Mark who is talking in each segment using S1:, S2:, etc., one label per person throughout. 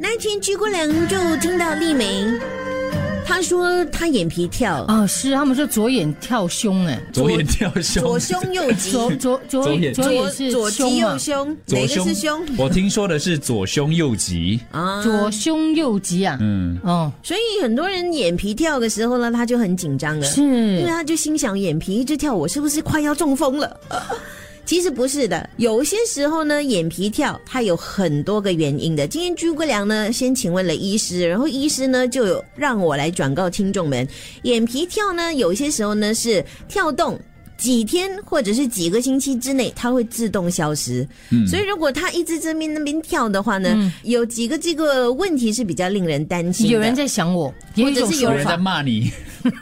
S1: 那天鞠国良就听到丽梅，她说她眼皮跳，
S2: 哦，是他们说左眼跳 胸哎，
S3: 左眼跳胸，
S1: 左胸右肌，
S2: 左左左
S3: 左
S2: 眼
S3: 眼
S2: 左眼
S1: 左
S2: 是
S1: 左
S2: 胸
S1: 肌
S2: 嘛
S1: 右，胸，
S3: 左
S1: 哪个是胸
S3: 我听说的是左胸右棘，
S1: 啊？
S2: 左胸右肌啊，嗯，哦，
S1: 所以很多人眼皮跳的时候呢，他就很紧张了，因为
S2: 是
S1: 他就心想眼皮一直跳，我是不是快要中风了？ 其实不是的，有些时候呢，眼皮跳它有很多个原因的。今天诸葛亮呢，先请问了医师，然后医师呢就有让我来转告听众们，眼皮跳呢，有些时候呢是跳动。几天或者是几个星期之内，它会自动消失。嗯，所以如果它一直这边那边跳的话呢，有几个这个问题是比较令人担心的。
S2: 嗯有人在想我，也有一种
S1: 或者是有
S2: 说
S3: 有
S1: 人
S3: 人在
S2: 法，
S3: 骂你，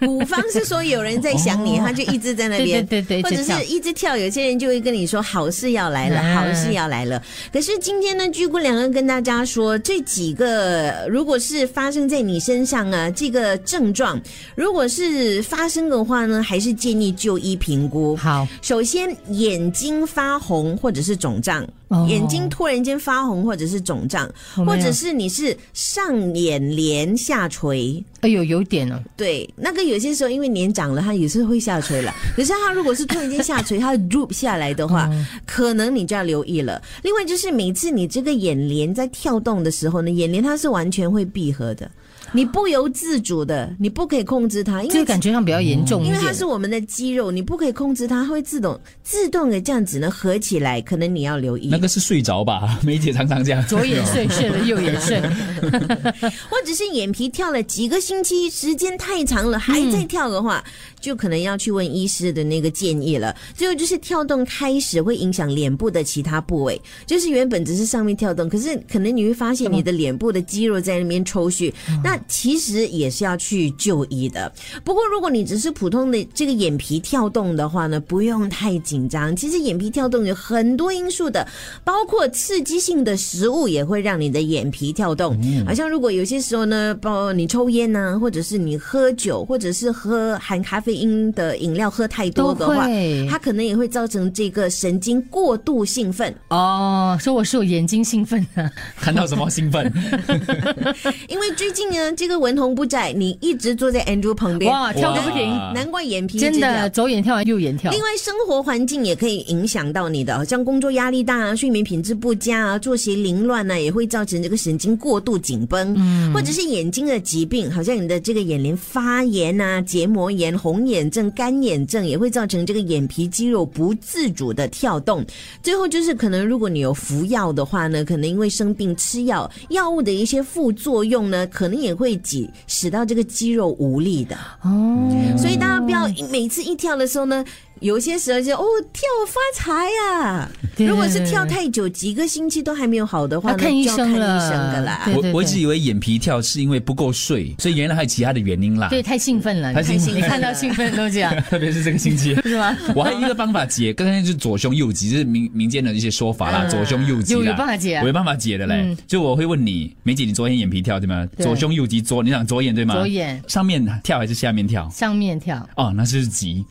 S1: 古方是说有人在想你，他就一直在那边，
S2: 哦对对对
S1: 或
S2: 对
S1: 者
S2: 一直跳
S1: 是一直跳。有些人就会跟你说好事要来了，
S2: 嗯
S1: 好事要来了。可是今天呢，鞠姑娘要跟大家说，这几个如果是发生在你身上啊，这个症状如果是发生的话呢，还是建议就医评估。
S2: 好，
S1: 首先，眼睛发红或者是肿胀，
S2: 哦
S1: 眼睛突然间发红或者是肿胀，
S2: 我没
S1: 或
S2: 有
S1: 者是你是上眼帘下垂，
S2: 哎呦，有一点哦，
S1: 对，那个有些时候因为年长了，它也是会下 垂了。可是它如果是突然间下垂，它 droop 下来的话，
S2: 嗯
S1: 可能你就要留意了。另外就是每次你这个眼帘在跳动的时候呢，眼帘它是完全会闭合的，你不由自主的，你不可以控制它，因
S2: 啊这
S1: 为
S2: 个感觉上比较严重一
S1: 因为
S2: 点，
S1: 它是我们的肌肉，你不可以控制它，它会自动自动的这样子呢合起来，可能你要留意。
S3: 那个是睡着吧？ 梅姐常常这样，
S2: 左眼睡 睡了右眼睡，
S1: 或者是眼皮跳了几个星期，时间太长了还在跳的话，就可能要去问医师的那个建议了。最后就是跳动开始会影响脸部的其他部位，就是原本只是上面跳动，可是可能你会发现你的脸部的肌肉在那边抽搐，那其实也是要去就医的。不过如果你只是普通的这个眼皮跳动的话呢，不用太紧张。其实眼皮跳动有很多因素的，包括刺激性的食物也会让你的眼皮跳动。
S2: 嗯
S1: 好像如果有些时候呢，包括你抽烟呐、或者是你喝酒，或者是喝含咖啡因的饮料喝太多的
S2: 都
S1: 话
S2: 会，
S1: 它可能也会造成这个神经过度兴奋。
S2: 哦，说我是有眼睛兴奋啊，
S3: 看到什么兴 奋？
S1: 因为最近呢，这个文红不在，你一直坐在 Andrew 旁边，
S2: 哇，跳个不停，
S3: 哇
S1: 难怪眼皮一直
S2: 真
S1: 掉
S2: 的左眼跳完右眼跳，
S1: 另外，生活环境也可以影响到你的，好像工作压力大啊、睡眠品质不佳啊、作息凌乱呢、也会造成这个神经过度紧绷，嗯，或者是眼睛的疾病，好像你的这个眼帘发炎啊、结膜炎、红眼症、干眼症，也会造成这个眼皮肌肉不自主的跳动。最后就是可能，如果你有服药的话呢，可能因为生病吃药，药物的一些副作用呢，可能也会挤使到这个肌肉无力的。
S2: 哦，
S1: 所以大家不要每次一跳的时候呢，有些时候就哦跳发财啊。
S2: 对
S1: 如果是跳太久，几个星期都还没有好的话
S2: 要
S1: 呢，
S2: 看医生
S1: 就要看
S2: 了
S1: 医生的啦
S2: 对。
S3: 我我一直以为眼皮跳是因为不够睡，所以原来还有其他的原因啦。
S2: 对，太兴奋了，
S3: 太兴
S1: 奋了
S2: 你看到兴奋都这样，
S3: 特别是这个星 期。
S2: 啊是 吗？
S3: 我还有一个方法解，刚才就是左胸右棘，就是民民间的一些说法啦，
S1: 嗯
S3: 左胸右棘
S2: 啊有
S3: 啦，
S2: 有办法解啊
S3: 我有办法解的嘞。
S2: 嗯
S3: 就我会问你，梅姐，你昨天眼皮跳对吗？
S2: 对
S3: 左胸右棘，左你想左眼对吗？
S2: 左眼
S3: 上面跳还是下面跳？
S2: 上面跳
S3: 哦，那就是棘，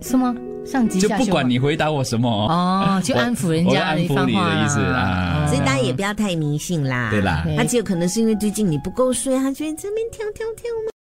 S2: 是吗？上级
S3: 就
S2: 下
S3: 不
S2: 胸
S3: 管
S2: 啊
S3: 你回答我什么哦，
S2: 哦，就
S3: 我
S2: 安抚人
S3: 我
S2: 家
S3: 安
S2: 的一番
S3: 抚你
S2: 话
S3: 的意思啊。
S1: 所以大家也不要太迷信啦。
S3: 对啦。
S2: 对
S1: 而且有可能是因为最近你不够睡，他觉得这边跳跳跳嘛。